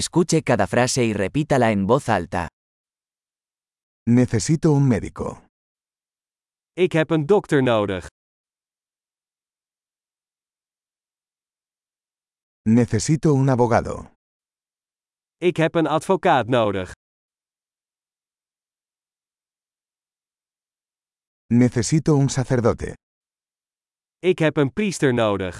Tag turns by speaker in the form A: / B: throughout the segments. A: Escuche cada frase y repítala en voz alta.
B: Necesito un médico.
C: Ik heb een dokter nodig.
B: Necesito un abogado.
C: Ik heb een advocaat nodig.
B: Necesito un sacerdote.
C: Ik heb een priester nodig.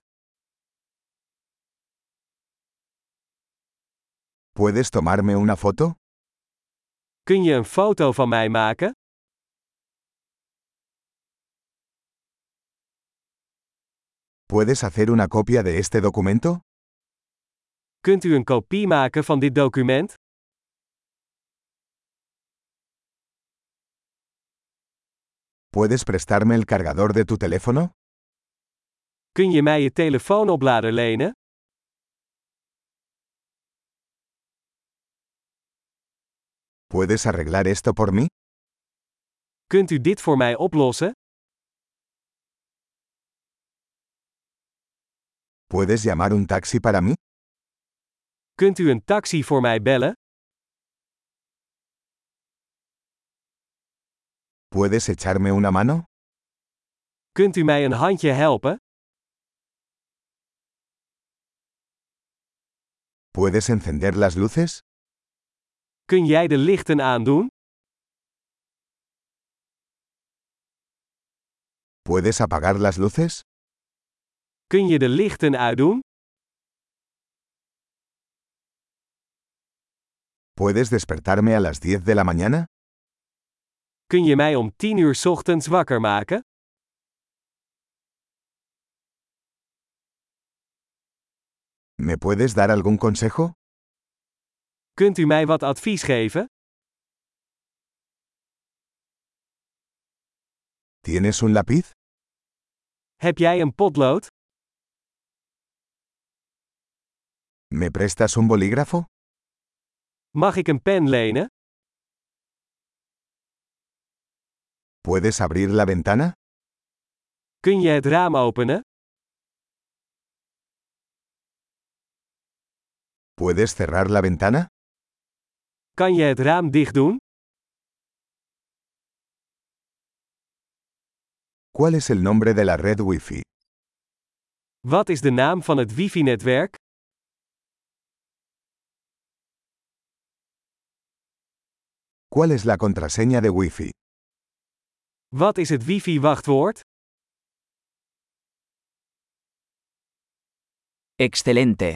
B: ¿Puedes tomarme una foto?
C: Kun je een foto van mij maken?
B: ¿Puedes hacer una copia de este documento?
C: Kunt u een kopie maken van dit document?
B: ¿Puedes prestarme el cargador de tu teléfono?
C: Kun je mij je telefoonoplader lenen?
B: ¿Puedes arreglar esto por mí?
C: Kunt u dit voor mij oplossen?
B: ¿Puedes llamar un taxi para mí?
C: Kunt u een taxi voor mij bellen?
B: ¿Puedes echarme una mano?
C: Kunt u mij een handje helpen?
B: ¿Puedes encender las luces?
C: Kun jij de lichten aandoen?
B: ¿Puedes apagar las luces?
C: Kun je de lichten uitdoen?
B: ¿Puedes despertarme a las 10 de la mañana?
C: Kun je mij om 10 uur 's ochtends wakker maken?
B: ¿Me puedes dar algún consejo?
C: Kunt u mij wat advies geven?
B: ¿Tienes un lápiz?
C: Heb jij een potlood?
B: ¿Me prestas un bolígrafo?
C: Mag ik een pen lenen?
B: ¿Puedes abrir la ventana?
C: Kun je het raam openen?
B: ¿Puedes cerrar la ventana?
C: Kan je het raam dicht doen?
B: ¿Cuál es el nombre de la red Wi-Fi?
C: Wat is de naam van het wifi-netwerk?
B: ¿Cuál es la contraseña de Wi-Fi?
C: Wat is het wifi-wachtwoord?
A: Excelente.